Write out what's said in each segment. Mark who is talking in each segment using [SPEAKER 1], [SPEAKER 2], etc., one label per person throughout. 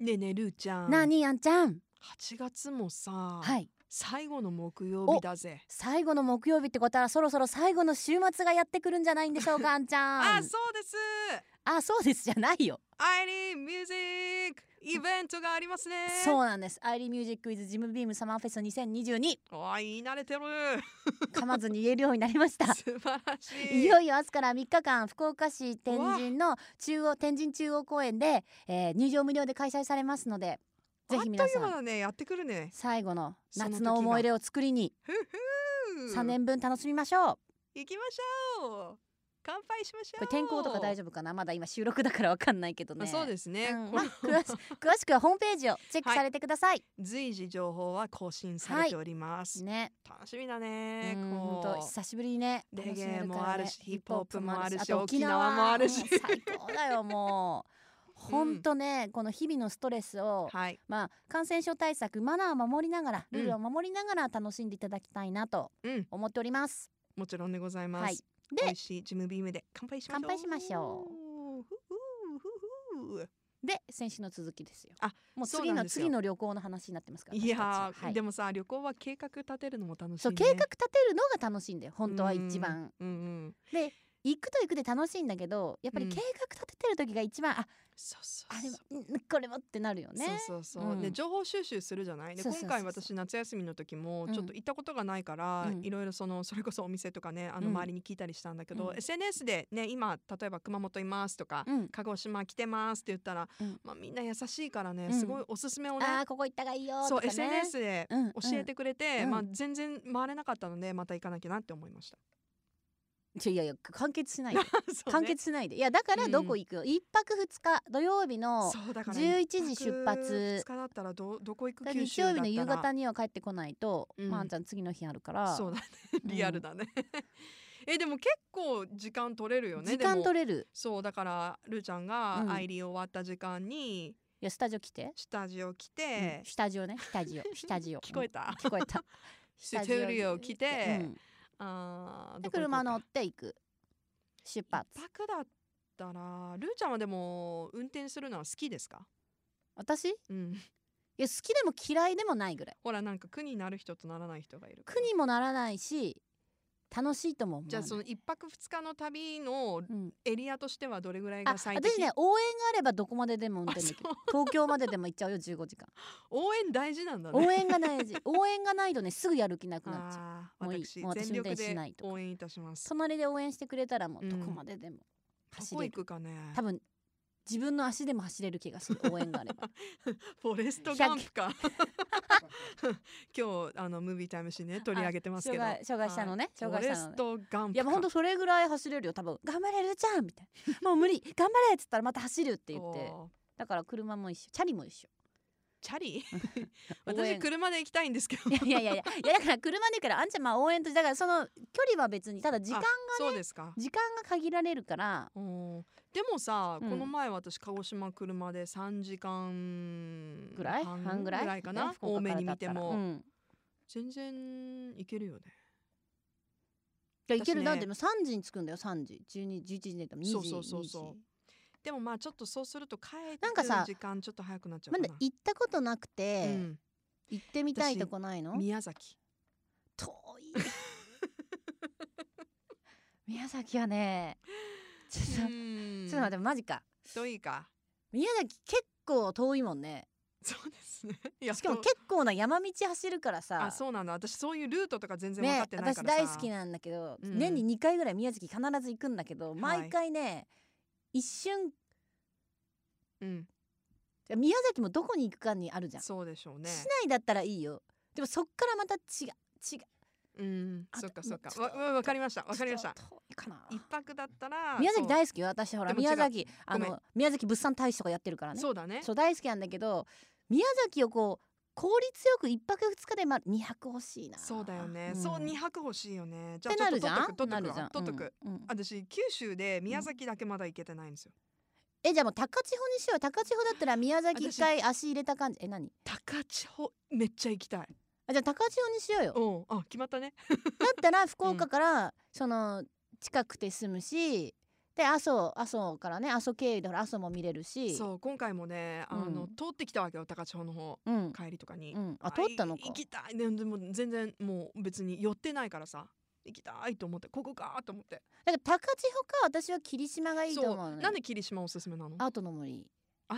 [SPEAKER 1] ねえねえるーちゃん
[SPEAKER 2] なあにあんちゃん
[SPEAKER 1] 8月もさ、
[SPEAKER 2] はい
[SPEAKER 1] 最後の木曜日だぜ
[SPEAKER 2] 最後の木曜日ってことはそろそろ最後の週末がやってくるんじゃないんでしょう かあんちゃん
[SPEAKER 1] あそうです
[SPEAKER 2] あそうですじゃないよ
[SPEAKER 1] アイリーンミュージックイベントがありますね
[SPEAKER 2] そうなんですアイリーミュージックイズジムビームサマーフェス2022
[SPEAKER 1] おい言い慣れてる
[SPEAKER 2] 噛まずに言えるようになりまし た
[SPEAKER 1] 素晴らしい
[SPEAKER 2] いよいよ明日から3日間福岡市天神の中央天神中央公園で、えー入場無料で開催されますのでぜひ皆
[SPEAKER 1] あっとい
[SPEAKER 2] さ
[SPEAKER 1] う間
[SPEAKER 2] ん
[SPEAKER 1] だねやってくるね
[SPEAKER 2] 最後の夏
[SPEAKER 1] その時が
[SPEAKER 2] の思い出を作りに
[SPEAKER 1] ふふ
[SPEAKER 2] 3年分楽しみましょう
[SPEAKER 1] 行きましょう乾杯しましょう
[SPEAKER 2] これ天候とか大丈夫かなまだ今収録だからわかんないけど
[SPEAKER 1] あ
[SPEAKER 2] ね
[SPEAKER 1] そうですね、
[SPEAKER 2] うん
[SPEAKER 1] この
[SPEAKER 2] まあ詳し 詳しくはホームページをチェックされてください、
[SPEAKER 1] 随時情報は更新されております、
[SPEAKER 2] ね
[SPEAKER 1] 楽しみだね
[SPEAKER 2] うん
[SPEAKER 1] こう
[SPEAKER 2] 本当久しぶりにね
[SPEAKER 1] レゲエ
[SPEAKER 2] 楽しめるからね
[SPEAKER 1] もあるしヒップホップもあるし
[SPEAKER 2] と
[SPEAKER 1] 沖縄もあるし
[SPEAKER 2] もう最高だよもう 本当ねこの日々のストレスを
[SPEAKER 1] はい
[SPEAKER 2] まあ感染症対策マナーを守りながら
[SPEAKER 1] うん
[SPEAKER 2] ルールを守りながら楽しんでいただきたいなと
[SPEAKER 1] うん
[SPEAKER 2] 思っております、
[SPEAKER 1] もちろんでございます、
[SPEAKER 2] はい
[SPEAKER 1] 美
[SPEAKER 2] で
[SPEAKER 1] 味しいジムビームで乾杯しましょう
[SPEAKER 2] 乾杯しましょ
[SPEAKER 1] うふふふふ
[SPEAKER 2] で先週の続きですよ
[SPEAKER 1] あ
[SPEAKER 2] もう
[SPEAKER 1] そう
[SPEAKER 2] 次
[SPEAKER 1] なん
[SPEAKER 2] の
[SPEAKER 1] ですよ
[SPEAKER 2] 次の旅行の話になってますから
[SPEAKER 1] いや
[SPEAKER 2] 私たち
[SPEAKER 1] ー、
[SPEAKER 2] ははい
[SPEAKER 1] でもさ旅行は計画立てるのも楽しい、ね、
[SPEAKER 2] そう計画立てるのが楽しいんだよ本当は一番
[SPEAKER 1] うんうんうん
[SPEAKER 2] で行くと行くで楽しいんだけどやっぱり
[SPEAKER 1] うん
[SPEAKER 2] 計画立ててる時が一番、あ
[SPEAKER 1] そうそう
[SPEAKER 2] あ
[SPEAKER 1] そ
[SPEAKER 2] れ
[SPEAKER 1] う
[SPEAKER 2] もうんこれもってなるよね
[SPEAKER 1] そうそうそう、
[SPEAKER 2] うん
[SPEAKER 1] で情報収集するじゃないで
[SPEAKER 2] そうそうそう
[SPEAKER 1] 今回私夏休みの時もちょっと行ったことがないから、
[SPEAKER 2] うん
[SPEAKER 1] いろいろそのそれこそお店とかねあの
[SPEAKER 2] うん
[SPEAKER 1] 周りに聞いたりしたんだけど、
[SPEAKER 2] うん
[SPEAKER 1] SNS でね今例えば熊本いますとか、
[SPEAKER 2] うん
[SPEAKER 1] 鹿児島来てますって言ったら、
[SPEAKER 2] うん
[SPEAKER 1] まあ、みんな優しいからね、
[SPEAKER 2] うん
[SPEAKER 1] すごいおすすめをね
[SPEAKER 2] ああここ行ったがいいよと
[SPEAKER 1] そう、
[SPEAKER 2] かね
[SPEAKER 1] SNS で
[SPEAKER 2] うんうん
[SPEAKER 1] 教えてくれて、
[SPEAKER 2] うん
[SPEAKER 1] まあ、全然回れなかったのでまた行かなきゃなって思いました。
[SPEAKER 2] ちょいやいや完結しないで
[SPEAKER 1] そう
[SPEAKER 2] 完
[SPEAKER 1] ね
[SPEAKER 2] 結しないでいやだからどこ行くよ、一泊二日土曜日の
[SPEAKER 1] そうだから
[SPEAKER 2] 11時出発
[SPEAKER 1] 2日だったらどどこ行く
[SPEAKER 2] だ
[SPEAKER 1] 九
[SPEAKER 2] 日
[SPEAKER 1] 州だ
[SPEAKER 2] 曜
[SPEAKER 1] った
[SPEAKER 2] 日
[SPEAKER 1] ら
[SPEAKER 2] の夕方には帰ってこないと、
[SPEAKER 1] うん
[SPEAKER 2] まああんちゃん次の日あるから
[SPEAKER 1] そうだね
[SPEAKER 2] うん
[SPEAKER 1] リアルだね えでも結構時間取れるよね
[SPEAKER 2] 時間取
[SPEAKER 1] れ
[SPEAKER 2] れる
[SPEAKER 1] そうだからるーちゃんが
[SPEAKER 2] うん
[SPEAKER 1] アイリー終わった時間に
[SPEAKER 2] いやスタジオ来て、
[SPEAKER 1] スタジオ来
[SPEAKER 2] う
[SPEAKER 1] て
[SPEAKER 2] ん、スタジオねス タジオスタジオ
[SPEAKER 1] 聞こえ
[SPEAKER 2] た
[SPEAKER 1] た
[SPEAKER 2] 聞こえた
[SPEAKER 1] スタジオ来て
[SPEAKER 2] うん
[SPEAKER 1] あー
[SPEAKER 2] で
[SPEAKER 1] どこ行こうか
[SPEAKER 2] 車乗って行く出発
[SPEAKER 1] 一泊だったらるーちゃんはでも運転するのは好きですか
[SPEAKER 2] 私い
[SPEAKER 1] うん
[SPEAKER 2] や好きでも嫌いでもないぐらい
[SPEAKER 1] ほらなんか苦になる人とならない人がいるから
[SPEAKER 2] 苦にもならないし楽しいとも思わ
[SPEAKER 1] じ
[SPEAKER 2] な
[SPEAKER 1] ゃ
[SPEAKER 2] い
[SPEAKER 1] あその一泊二日の旅の
[SPEAKER 2] うん、
[SPEAKER 1] エリアとしてはどれぐらい
[SPEAKER 2] あ
[SPEAKER 1] が最適
[SPEAKER 2] 私ね応援があればどこまででも運
[SPEAKER 1] あ
[SPEAKER 2] 転でき
[SPEAKER 1] そ
[SPEAKER 2] る
[SPEAKER 1] う
[SPEAKER 2] 東京まででも行っちゃうよ15時間
[SPEAKER 1] 応援大事なんだね
[SPEAKER 2] 応援がないし応援がないとねすぐやる気なくなっちゃう
[SPEAKER 1] ああ
[SPEAKER 2] もういい
[SPEAKER 1] 私
[SPEAKER 2] もう私
[SPEAKER 1] 全力
[SPEAKER 2] 運転しな
[SPEAKER 1] で
[SPEAKER 2] いとか
[SPEAKER 1] 応援いたしますど
[SPEAKER 2] 隣で応援してくれたらもうど
[SPEAKER 1] うん
[SPEAKER 2] こまででも走
[SPEAKER 1] こ
[SPEAKER 2] れ
[SPEAKER 1] 行
[SPEAKER 2] る、
[SPEAKER 1] くかね
[SPEAKER 2] 多分自分の足でも走れる気 がする応援があれば
[SPEAKER 1] フォレストガンプか 今日あのムービータイムシーンね取り上げてますけど
[SPEAKER 2] 障害障害者のね
[SPEAKER 1] はい
[SPEAKER 2] 障害者
[SPEAKER 1] フォ
[SPEAKER 2] の
[SPEAKER 1] レ
[SPEAKER 2] ね
[SPEAKER 1] ストガンプか
[SPEAKER 2] いやもうほんとそれぐらい走れるよ多分頑張れるじゃんみたいなもう無理頑張れっつったらまた走るって言って
[SPEAKER 1] おー
[SPEAKER 2] だから車も一緒チャリも一緒
[SPEAKER 1] チャリ
[SPEAKER 2] 応
[SPEAKER 1] 私
[SPEAKER 2] 援
[SPEAKER 1] 車で行きたいんですけど
[SPEAKER 2] いやいやいやいやいやだから車でからあんちゃんまあ応援とだからその距離は別にただ時間
[SPEAKER 1] あ そうですか
[SPEAKER 2] 時間が限られるから
[SPEAKER 1] おーでもさ、
[SPEAKER 2] うん
[SPEAKER 1] この前私鹿児島車で3時間
[SPEAKER 2] ぐらい半ぐらい
[SPEAKER 1] かな、
[SPEAKER 2] ね福
[SPEAKER 1] 多
[SPEAKER 2] 岡
[SPEAKER 1] め
[SPEAKER 2] から
[SPEAKER 1] に
[SPEAKER 2] だ
[SPEAKER 1] 見
[SPEAKER 2] ってたら
[SPEAKER 1] も、
[SPEAKER 2] うん
[SPEAKER 1] 全然いけるよね
[SPEAKER 2] いやいけるな
[SPEAKER 1] 私ね
[SPEAKER 2] でも3時に着くんだよ3時12 11時で多分2時
[SPEAKER 1] そうそうそうそう
[SPEAKER 2] 2時
[SPEAKER 1] でもまあちょっとそうすると帰って
[SPEAKER 2] なんかさ
[SPEAKER 1] 時間ちょっと早くなっちゃう
[SPEAKER 2] ま
[SPEAKER 1] かな
[SPEAKER 2] だ行ったことなくて、
[SPEAKER 1] うん
[SPEAKER 2] 行ってみたいとこないの
[SPEAKER 1] 宮崎
[SPEAKER 2] 遠い 宮崎はね ちょっと、
[SPEAKER 1] う
[SPEAKER 2] ちょ
[SPEAKER 1] ん
[SPEAKER 2] っと待ってマジか
[SPEAKER 1] どういいか
[SPEAKER 2] 宮崎結構遠いもんね
[SPEAKER 1] そうですねいや
[SPEAKER 2] しかも
[SPEAKER 1] そう
[SPEAKER 2] 結構な山道走るからさ
[SPEAKER 1] あそうなんだ私そういうルートとか全然分か
[SPEAKER 2] ね
[SPEAKER 1] ってない
[SPEAKER 2] 私
[SPEAKER 1] からさ、
[SPEAKER 2] 大好きなんだけど、
[SPEAKER 1] うん
[SPEAKER 2] 年に2回ぐらい宮崎必ず行くんだけど毎回ね、一瞬
[SPEAKER 1] うん
[SPEAKER 2] 宮崎もどこに行くかにあるじゃん、
[SPEAKER 1] そうでしょうね
[SPEAKER 2] 市内だったらいいよでもそっからまた違う違う
[SPEAKER 1] うん
[SPEAKER 2] あ
[SPEAKER 1] そっか
[SPEAKER 2] もう
[SPEAKER 1] そっか
[SPEAKER 2] ちょっ
[SPEAKER 1] わ
[SPEAKER 2] と
[SPEAKER 1] わわかりましたわかりました
[SPEAKER 2] ちょっと遠いかな
[SPEAKER 1] 一泊だったら
[SPEAKER 2] 宮崎大
[SPEAKER 1] 好
[SPEAKER 2] 好きよ私ほら
[SPEAKER 1] でも違う
[SPEAKER 2] 宮崎あ
[SPEAKER 1] ごめ
[SPEAKER 2] の宮崎物産大使とかやってるから
[SPEAKER 1] き
[SPEAKER 2] ね
[SPEAKER 1] そうだね
[SPEAKER 2] そう大好きなんだけど宮崎をこう効率よく一泊二日でま2泊欲しいな
[SPEAKER 1] そうだよね、
[SPEAKER 2] ん
[SPEAKER 1] そう二泊欲しいよねじゃ
[SPEAKER 2] っ
[SPEAKER 1] あ
[SPEAKER 2] て
[SPEAKER 1] ちょ
[SPEAKER 2] な
[SPEAKER 1] っ
[SPEAKER 2] る
[SPEAKER 1] と
[SPEAKER 2] じ
[SPEAKER 1] 取っとく取
[SPEAKER 2] ゃん
[SPEAKER 1] っとく
[SPEAKER 2] なるじゃ
[SPEAKER 1] わ
[SPEAKER 2] ん
[SPEAKER 1] 取っとく、
[SPEAKER 2] うんうん
[SPEAKER 1] 私九州で宮崎だけまだ行けてないんですよ、
[SPEAKER 2] えじゃあもう高千穂にしよう高千穂だったら宮崎一回足入れた感じえ何
[SPEAKER 1] 高千穂めっちゃ行きたい
[SPEAKER 2] あじゃあ高千穂にしようよ
[SPEAKER 1] うんあ決まったね
[SPEAKER 2] だったら福岡からその近くて済むし、で阿蘇阿蘇からね阿蘇経由でほら阿蘇も見れるし
[SPEAKER 1] そう今回もねあの、
[SPEAKER 2] うん
[SPEAKER 1] 通ってきたわけよ高千穂の方
[SPEAKER 2] うん、うん、
[SPEAKER 1] 帰りとかに、
[SPEAKER 2] あ通ったの
[SPEAKER 1] あい行
[SPEAKER 2] か
[SPEAKER 1] きたいねでも全然もう別に寄ってないからさ行きたいと思ってここかと思って
[SPEAKER 2] だから高千穂か私は霧島がいいと
[SPEAKER 1] そう
[SPEAKER 2] 思うのよ
[SPEAKER 1] なんで霧島おすすめなの
[SPEAKER 2] アートの森
[SPEAKER 1] あ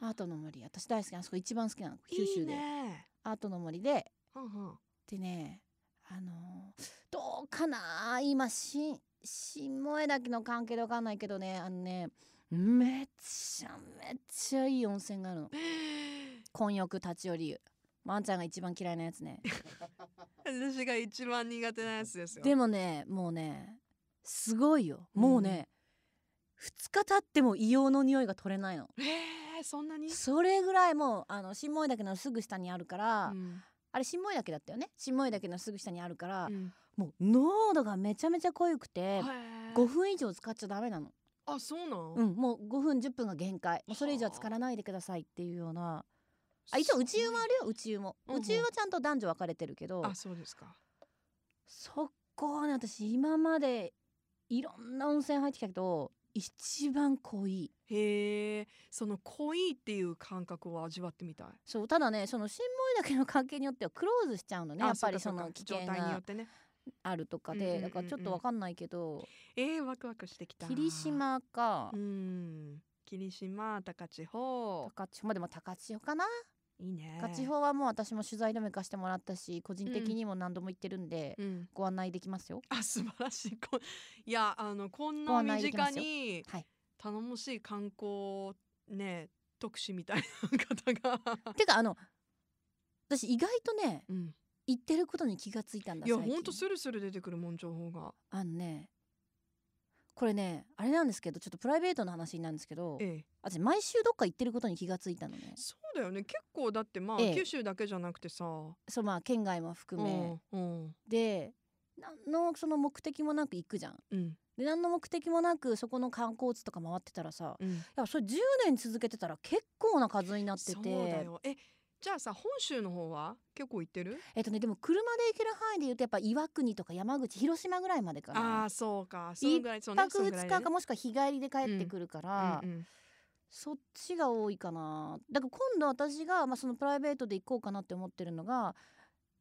[SPEAKER 2] アー
[SPEAKER 1] ー
[SPEAKER 2] トの森私大好きあそこ一番好きなの九
[SPEAKER 1] いい
[SPEAKER 2] 州で
[SPEAKER 1] ね
[SPEAKER 2] アートの森で
[SPEAKER 1] はんはん
[SPEAKER 2] でねあのーどうかな今し下枝岳の関係でわかんないけどねあのねめっちゃめっちゃいい温泉があるの混浴立ち寄り湯ワンちゃんが一番嫌いなやつね
[SPEAKER 1] 私が一番苦手なやつですよ
[SPEAKER 2] でもねもうねすごいよもうね、2日経っても硫黄の匂いが取れないの
[SPEAKER 1] えー、そんなに、
[SPEAKER 2] それぐらいもうあの下枝岳のすぐ下にあるから、
[SPEAKER 1] うん
[SPEAKER 2] あれ下枝岳だったよね下枝岳のすぐ下にあるから、
[SPEAKER 1] うん
[SPEAKER 2] もう濃度がめちゃめちゃ濃ゆくて、
[SPEAKER 1] へー
[SPEAKER 2] 5分以上使っちゃダメなの、
[SPEAKER 1] あそうなん、
[SPEAKER 2] うん、もう5分10分が限界もうそれ以上は使わないでくださいっていうようなあ一応宇宙もあるよ宇宙も
[SPEAKER 1] うんうん
[SPEAKER 2] 宇宙はちゃんと男女分かれてるけど、
[SPEAKER 1] あそうですか
[SPEAKER 2] そこはね私今までいろんな温泉入ってきたけど一番濃い
[SPEAKER 1] へえその濃いっていう感覚を味わってみたい、
[SPEAKER 2] そうただねその新萌だけの関係によってはクローズしちゃうのね
[SPEAKER 1] あ
[SPEAKER 2] やっぱり
[SPEAKER 1] うか
[SPEAKER 2] そう
[SPEAKER 1] か
[SPEAKER 2] の危
[SPEAKER 1] 状
[SPEAKER 2] 険
[SPEAKER 1] 態によ
[SPEAKER 2] が
[SPEAKER 1] ってね
[SPEAKER 2] あるとか
[SPEAKER 1] うんうんうん
[SPEAKER 2] で
[SPEAKER 1] うん
[SPEAKER 2] だからちょっと分かんないけど
[SPEAKER 1] えー、ワクワクしてきた
[SPEAKER 2] 霧島か
[SPEAKER 1] うん霧島高千穂
[SPEAKER 2] 高千穂まあでも高千穂かな
[SPEAKER 1] い
[SPEAKER 2] い
[SPEAKER 1] ね
[SPEAKER 2] ガチ法はもう私も取材でも行かせてもらったし個人的にも何度も行ってるんで、
[SPEAKER 1] うん
[SPEAKER 2] ご案内できますよ。
[SPEAKER 1] あ素晴らしいこいやあのこん
[SPEAKER 2] ご
[SPEAKER 1] な
[SPEAKER 2] 案内
[SPEAKER 1] 身
[SPEAKER 2] できま
[SPEAKER 1] 近
[SPEAKER 2] すよ
[SPEAKER 1] に
[SPEAKER 2] はい
[SPEAKER 1] 頼もしい観光ね特使みたいな方が、
[SPEAKER 2] てかあの私意外とね
[SPEAKER 1] うん、
[SPEAKER 2] 行ってることに気がついたんだ
[SPEAKER 1] いや
[SPEAKER 2] 最近
[SPEAKER 1] ほんとスルスル出てくるもん情報が
[SPEAKER 2] あのねこれねあれなんですけどちょっとプライベートの話になるんですけど
[SPEAKER 1] ええ
[SPEAKER 2] 私毎週どっか行ってることに気がついたのね
[SPEAKER 1] そうだよね結構だってまあ、
[SPEAKER 2] ええ
[SPEAKER 1] 九州だけじゃなくてさ
[SPEAKER 2] そうまあ県外も含め、
[SPEAKER 1] うんうん
[SPEAKER 2] で何のその目的もなく行くじゃん。
[SPEAKER 1] うん
[SPEAKER 2] で何の目的もなくそこの観光地とか回ってたらさ
[SPEAKER 1] うん
[SPEAKER 2] いやそれ10年続けてたら結構な数になってて
[SPEAKER 1] そうだよえじゃあさ本州の方は結構行ってる
[SPEAKER 2] えっとねでも車で行ける範囲で言うとやっぱ岩国とか山口広島ぐらいまでか
[SPEAKER 1] あ
[SPEAKER 2] な
[SPEAKER 1] あそうかそのぐらいそう
[SPEAKER 2] 1
[SPEAKER 1] ね
[SPEAKER 2] 泊
[SPEAKER 1] そのぐら
[SPEAKER 2] 2
[SPEAKER 1] い
[SPEAKER 2] 日
[SPEAKER 1] ね
[SPEAKER 2] かもしくは日帰りで帰ってくるから、
[SPEAKER 1] うんうん
[SPEAKER 2] そっちが多いかなだから今度私が、まあ、そのプライベートで行こうかなって思ってるのが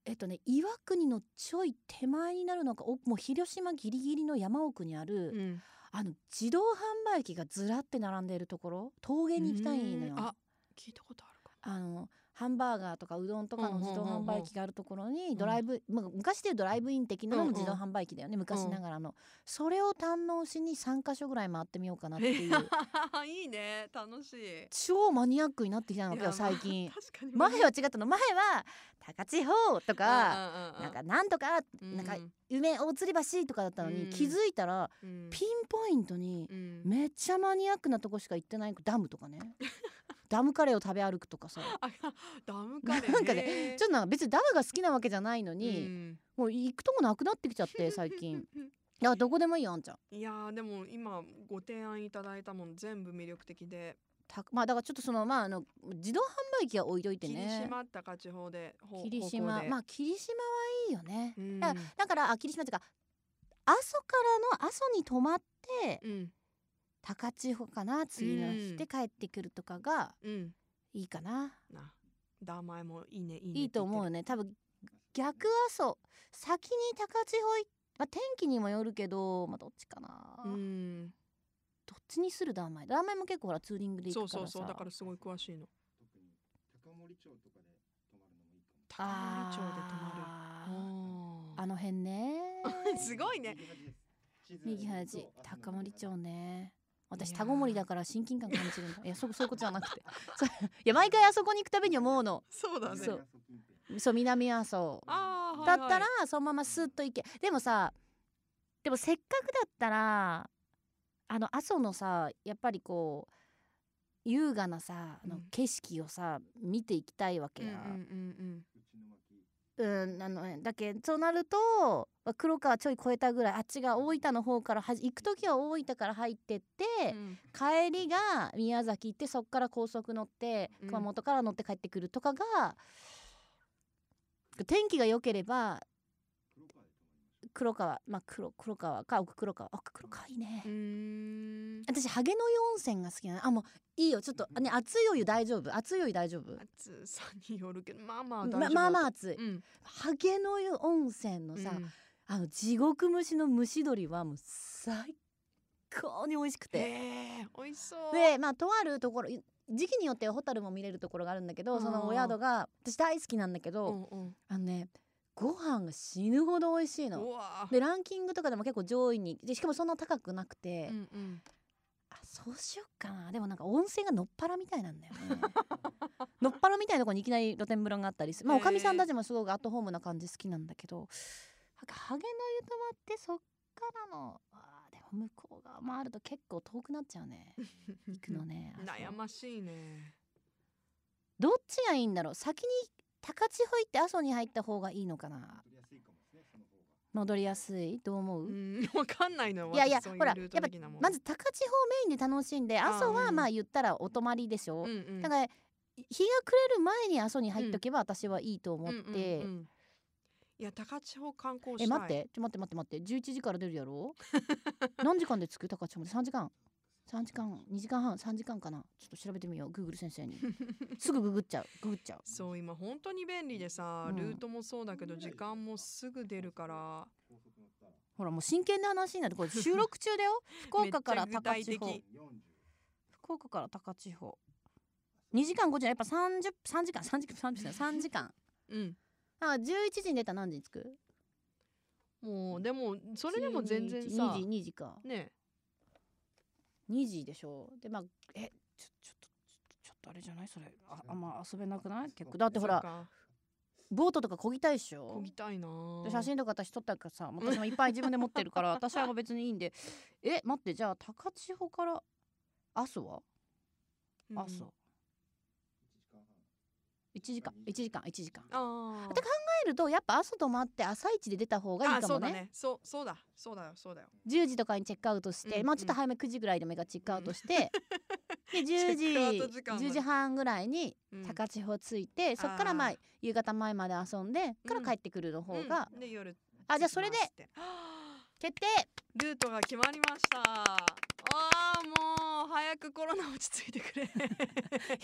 [SPEAKER 2] えっとね岩国のちょい手前になるのかおもう広島ギリギリの山奥にある、
[SPEAKER 1] うん
[SPEAKER 2] あの自動販売機がずらって並んでいるところ峠に行きたいのよ
[SPEAKER 1] うーん。あ聞いたことあるか
[SPEAKER 2] あのハンバーガーとかうどんとかの自動販売機があるところに
[SPEAKER 1] ん
[SPEAKER 2] ドライブ、まあ昔でいうドライブイン的なの
[SPEAKER 1] うん
[SPEAKER 2] の
[SPEAKER 1] うん
[SPEAKER 2] 自動販売機だよね、昔ながらのそれを堪能しに3か所ぐらい回ってみようかなっていう
[SPEAKER 1] いいね楽しい
[SPEAKER 2] 超マニアックになってきたの
[SPEAKER 1] い
[SPEAKER 2] よ
[SPEAKER 1] や
[SPEAKER 2] 最近
[SPEAKER 1] まあ確かに
[SPEAKER 2] 前は違ったの前は高千穂とか、
[SPEAKER 1] が
[SPEAKER 2] なんかなんとかなんか梅大吊り橋とかだったのに、
[SPEAKER 1] うん
[SPEAKER 2] 気づいたらピンポイントに
[SPEAKER 1] ン
[SPEAKER 2] めっちゃマニアックなとこしか行ってないダムと かねダムカレーを食べ歩くとかさ
[SPEAKER 1] ダムカレー
[SPEAKER 2] なんかねちょ
[SPEAKER 1] っ
[SPEAKER 2] っとなんか別にダムが好きなわけじゃないの
[SPEAKER 1] と
[SPEAKER 2] に、もう行くとこなくなってきちゃって最近いやどこでもいいよあんちゃん
[SPEAKER 1] いやーでも今ご提案いただいたもん全部魅力的で
[SPEAKER 2] たまあだからちょっとそのまああの自動販売機は置いといて
[SPEAKER 1] 霧
[SPEAKER 2] ね
[SPEAKER 1] 島高千穂でほ
[SPEAKER 2] 霧島
[SPEAKER 1] 方向で
[SPEAKER 2] まあ霧島はいいよね、
[SPEAKER 1] うん
[SPEAKER 2] だだからあ霧島っていうか阿蘇からの阿蘇に泊まって
[SPEAKER 1] うん
[SPEAKER 2] 高千穂かな次の日で帰ってくるとかが
[SPEAKER 1] うん
[SPEAKER 2] いいかな、
[SPEAKER 1] な名前もいいねいいね
[SPEAKER 2] いいと思うよ
[SPEAKER 1] ね
[SPEAKER 2] ね多分逆阿蘇先に高千穂い、まあ、天気にもよるけど、まあ、どっちかな、
[SPEAKER 1] うん
[SPEAKER 2] どっちにするダーマイダーマイも結構ほらツーリングで
[SPEAKER 1] そ
[SPEAKER 2] 行
[SPEAKER 1] う
[SPEAKER 2] くか
[SPEAKER 1] そ
[SPEAKER 2] ら
[SPEAKER 1] う
[SPEAKER 2] さ
[SPEAKER 1] そうだからすごい詳しいの
[SPEAKER 3] 特に高森町とかで泊まるのもいいかも
[SPEAKER 1] 高森町で泊まる
[SPEAKER 2] あー
[SPEAKER 1] あ
[SPEAKER 2] あの辺ね
[SPEAKER 1] すごいね
[SPEAKER 3] 右端です地図
[SPEAKER 2] 右端
[SPEAKER 3] を見るとあ
[SPEAKER 2] 高森町ね私
[SPEAKER 1] いやー
[SPEAKER 2] 田子森だから親近感感じるんだいやそそういうことじゃなくて そういや毎回あそこに行くたびに思うの
[SPEAKER 1] そうだね
[SPEAKER 2] そう
[SPEAKER 3] 南阿蘇
[SPEAKER 2] そう南阿蘇
[SPEAKER 3] 近辺
[SPEAKER 1] あー
[SPEAKER 2] だ
[SPEAKER 1] はい
[SPEAKER 2] っ
[SPEAKER 1] はい
[SPEAKER 2] たらそのままスッと行けでもさでもせっかくだったらあの阿蘇のさやっぱりこう優雅なさあ
[SPEAKER 1] う
[SPEAKER 2] の
[SPEAKER 1] ん
[SPEAKER 2] 景色をさ見ていきたいわ
[SPEAKER 1] う
[SPEAKER 2] け
[SPEAKER 1] んう
[SPEAKER 2] や、
[SPEAKER 1] んうん
[SPEAKER 3] 内の巻
[SPEAKER 2] うん、あのだけそうなるとまあ黒川ちょい越えたぐらいあっちが大分の方からはじ行く時は大分から入ってって、
[SPEAKER 1] うんうん
[SPEAKER 2] 帰りが宮崎行ってそっから高速乗って
[SPEAKER 1] うん
[SPEAKER 2] 熊本から乗って帰ってくるとかが、天気が良ければ
[SPEAKER 3] 黒川で泊まりましょ
[SPEAKER 2] 黒川まあ黒
[SPEAKER 3] う
[SPEAKER 2] 黒川か奥黒川奥黒川いいね、
[SPEAKER 1] うーん
[SPEAKER 2] 私ハゲの湯温泉が好きなのあもういいよちょっとね熱いお湯大丈夫熱いお湯大丈夫
[SPEAKER 1] 暑さによるけどまあまあ大丈夫
[SPEAKER 2] ままあまあ
[SPEAKER 1] あ
[SPEAKER 2] 熱い、
[SPEAKER 1] うん
[SPEAKER 2] ハゲの湯温泉のさ、
[SPEAKER 1] うん
[SPEAKER 2] あの地獄虫の蒸し鶏はもう最高に美味しくて
[SPEAKER 1] へえ美味しそう
[SPEAKER 2] でまあとあるところい時期によってはホタルも見れるところがあるんだけどそのお宿が私大好きなんだけ
[SPEAKER 1] う
[SPEAKER 2] ど、
[SPEAKER 1] んうん
[SPEAKER 2] あのねご飯が死ぬほど美味しいうの。
[SPEAKER 1] わー
[SPEAKER 2] でランキングとかでも結構上位にでしかもそんな高くなくて、
[SPEAKER 1] うんうん
[SPEAKER 2] あそうしよっかなでもなんか温泉がのっぱらみたいなんだよねのっぱらみたいなとこにいきなり露天風呂があったりするまあ
[SPEAKER 1] へ
[SPEAKER 2] お
[SPEAKER 1] ー
[SPEAKER 2] かみさんたちもすごくアットホームな感じ好きなんだけどなんかハゲの湯泊まってそっからのあーでも向こう側回ると結構遠くなっちゃうね 行くのねあそう
[SPEAKER 1] 悩ましいね
[SPEAKER 2] どっちがいいんだろう先に高千穂行って阿蘇に入った方がいいのかな
[SPEAKER 3] 取りやすいかもですね、その方が。
[SPEAKER 2] 戻りやすいどう思う、
[SPEAKER 1] うんわかんないのよ
[SPEAKER 2] いやいや
[SPEAKER 1] 私そうう
[SPEAKER 2] ほら
[SPEAKER 1] ルート
[SPEAKER 2] やっぱ
[SPEAKER 1] 的なもん
[SPEAKER 2] まず高千穂メインで楽しんで
[SPEAKER 1] あー
[SPEAKER 2] 阿蘇
[SPEAKER 1] うんう
[SPEAKER 2] は
[SPEAKER 1] ん
[SPEAKER 2] まあ言ったらお泊まりでし
[SPEAKER 1] う
[SPEAKER 2] ょ、
[SPEAKER 1] んうん
[SPEAKER 2] だから日が暮れる前に阿蘇に入っとけば私はいいと思って、
[SPEAKER 1] うんうんうんいや高千穂観光したい
[SPEAKER 2] え待ってちょ待って待って待って11時から出る やろ何時間で着く高千穂まで3時間3時間2時間半3時間かなちょっと調べてみようグーグル先 生にすぐググっちゃうググっちゃう
[SPEAKER 1] そう今本当に便利でさ、
[SPEAKER 2] うん
[SPEAKER 1] ルートもそうだけど時間もすぐ出るから
[SPEAKER 3] 高速乗ったら
[SPEAKER 2] ほらもう真剣な話になって これ収録中だよ福岡から
[SPEAKER 1] めっちゃ具
[SPEAKER 2] 高
[SPEAKER 1] 体
[SPEAKER 2] 千
[SPEAKER 1] 的
[SPEAKER 2] 穂
[SPEAKER 3] 40。
[SPEAKER 2] 福岡から高千穂2時間5時やっぱ30 3時間3時間3時間3 時間
[SPEAKER 1] うん
[SPEAKER 2] あ11時に出たら何時に着く
[SPEAKER 1] もうでもそれでも全然
[SPEAKER 2] 12
[SPEAKER 1] さ
[SPEAKER 2] 時2時か
[SPEAKER 1] ね
[SPEAKER 2] 2時でしょでまあえちょちょっとちょちょっとあれじゃないそれああんま遊べなくない結構だってほ
[SPEAKER 1] そう
[SPEAKER 2] ら
[SPEAKER 1] か
[SPEAKER 2] ボートとか漕ぎたいっし
[SPEAKER 1] こ
[SPEAKER 2] ょ
[SPEAKER 1] ぎたいなぁ
[SPEAKER 2] で写真とか私撮ったから さもう私もいっぱい自分で持ってるから私は別にいいんでえ待ってじゃあ高千穂から阿蘇は
[SPEAKER 1] うん
[SPEAKER 2] 阿蘇1時間1時間1時間帰
[SPEAKER 1] あー
[SPEAKER 2] るとやっぱ阿蘇泊まって朝一で出た方がいい
[SPEAKER 1] あ
[SPEAKER 2] か
[SPEAKER 1] そ
[SPEAKER 2] も
[SPEAKER 1] うだ
[SPEAKER 2] ね
[SPEAKER 1] ねそうそうだそうだよそうだよ
[SPEAKER 2] 10時とかにチェックアウトして、
[SPEAKER 1] うんうん
[SPEAKER 2] まあちょっと早め9時ぐらいでもいいからチェックアウトして、 で10時
[SPEAKER 1] チェックアウト時間まで
[SPEAKER 2] 10時半ぐらいに
[SPEAKER 1] うん
[SPEAKER 2] 高千穂着いて、そっからまあ
[SPEAKER 1] あー
[SPEAKER 2] 夕方前まで遊んでから
[SPEAKER 1] うん
[SPEAKER 2] 帰ってくるの方が
[SPEAKER 1] うんで夜
[SPEAKER 2] あじゃあそれで
[SPEAKER 1] 着きますっ てあ
[SPEAKER 2] 決定、
[SPEAKER 1] ールートが決まりましたあーもう早くコロナ落ち着いてくれ
[SPEAKER 2] い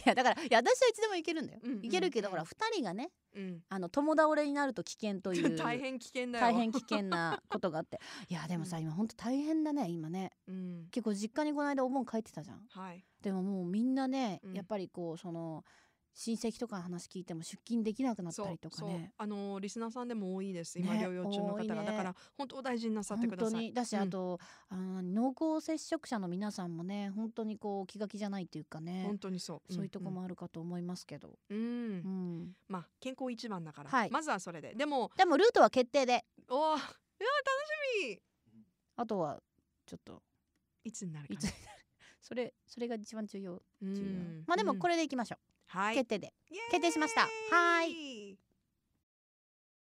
[SPEAKER 2] やだからいや私はいつでも行けるんだよ、
[SPEAKER 1] うんうん
[SPEAKER 2] 行けるけど
[SPEAKER 1] うん
[SPEAKER 2] ほら2人がね
[SPEAKER 1] うん
[SPEAKER 2] あの友倒れになると危険とい う
[SPEAKER 1] 大変危険だよ
[SPEAKER 2] 大変危険なことがあって いやでもさ
[SPEAKER 1] うん
[SPEAKER 2] 今ほんと大変だね今ね
[SPEAKER 1] うん
[SPEAKER 2] 結構実家にこの間お盆帰ってたじゃん
[SPEAKER 1] はい
[SPEAKER 2] でももうみんなね、
[SPEAKER 1] うん
[SPEAKER 2] やっぱりこうその親戚とかの話聞いても出勤できなくなっ
[SPEAKER 1] そ
[SPEAKER 2] た
[SPEAKER 1] う
[SPEAKER 2] りとか
[SPEAKER 1] そう
[SPEAKER 2] ね
[SPEAKER 1] あのーリスナーさんでも多いです今、
[SPEAKER 2] ね
[SPEAKER 1] 療養中の方
[SPEAKER 2] 多い
[SPEAKER 1] が、
[SPEAKER 2] ね
[SPEAKER 1] だから本当お大事になさってく
[SPEAKER 2] 本
[SPEAKER 1] だ
[SPEAKER 2] 当
[SPEAKER 1] さい
[SPEAKER 2] にだし、
[SPEAKER 1] うん
[SPEAKER 2] あとあの濃厚接触者の皆さんもね本当にこう気が気じゃないっていうかね
[SPEAKER 1] 本当にそう
[SPEAKER 2] そういうとこもあるかと思いますけど、
[SPEAKER 1] うん、うん
[SPEAKER 2] うん
[SPEAKER 1] まあ健康一番だから、
[SPEAKER 2] はい
[SPEAKER 1] まずはそれででも
[SPEAKER 2] でもルートは決定で
[SPEAKER 1] おーうわ楽し
[SPEAKER 2] あとはちょっと
[SPEAKER 1] みいつになるか
[SPEAKER 2] い
[SPEAKER 1] な
[SPEAKER 2] つ それそれが一番重要
[SPEAKER 1] う
[SPEAKER 2] 重要
[SPEAKER 1] ん
[SPEAKER 2] まあでもこ
[SPEAKER 1] れ、
[SPEAKER 2] れでいきましょう、
[SPEAKER 1] はい
[SPEAKER 2] 決定で
[SPEAKER 1] イエーイ
[SPEAKER 2] 決定しましたはー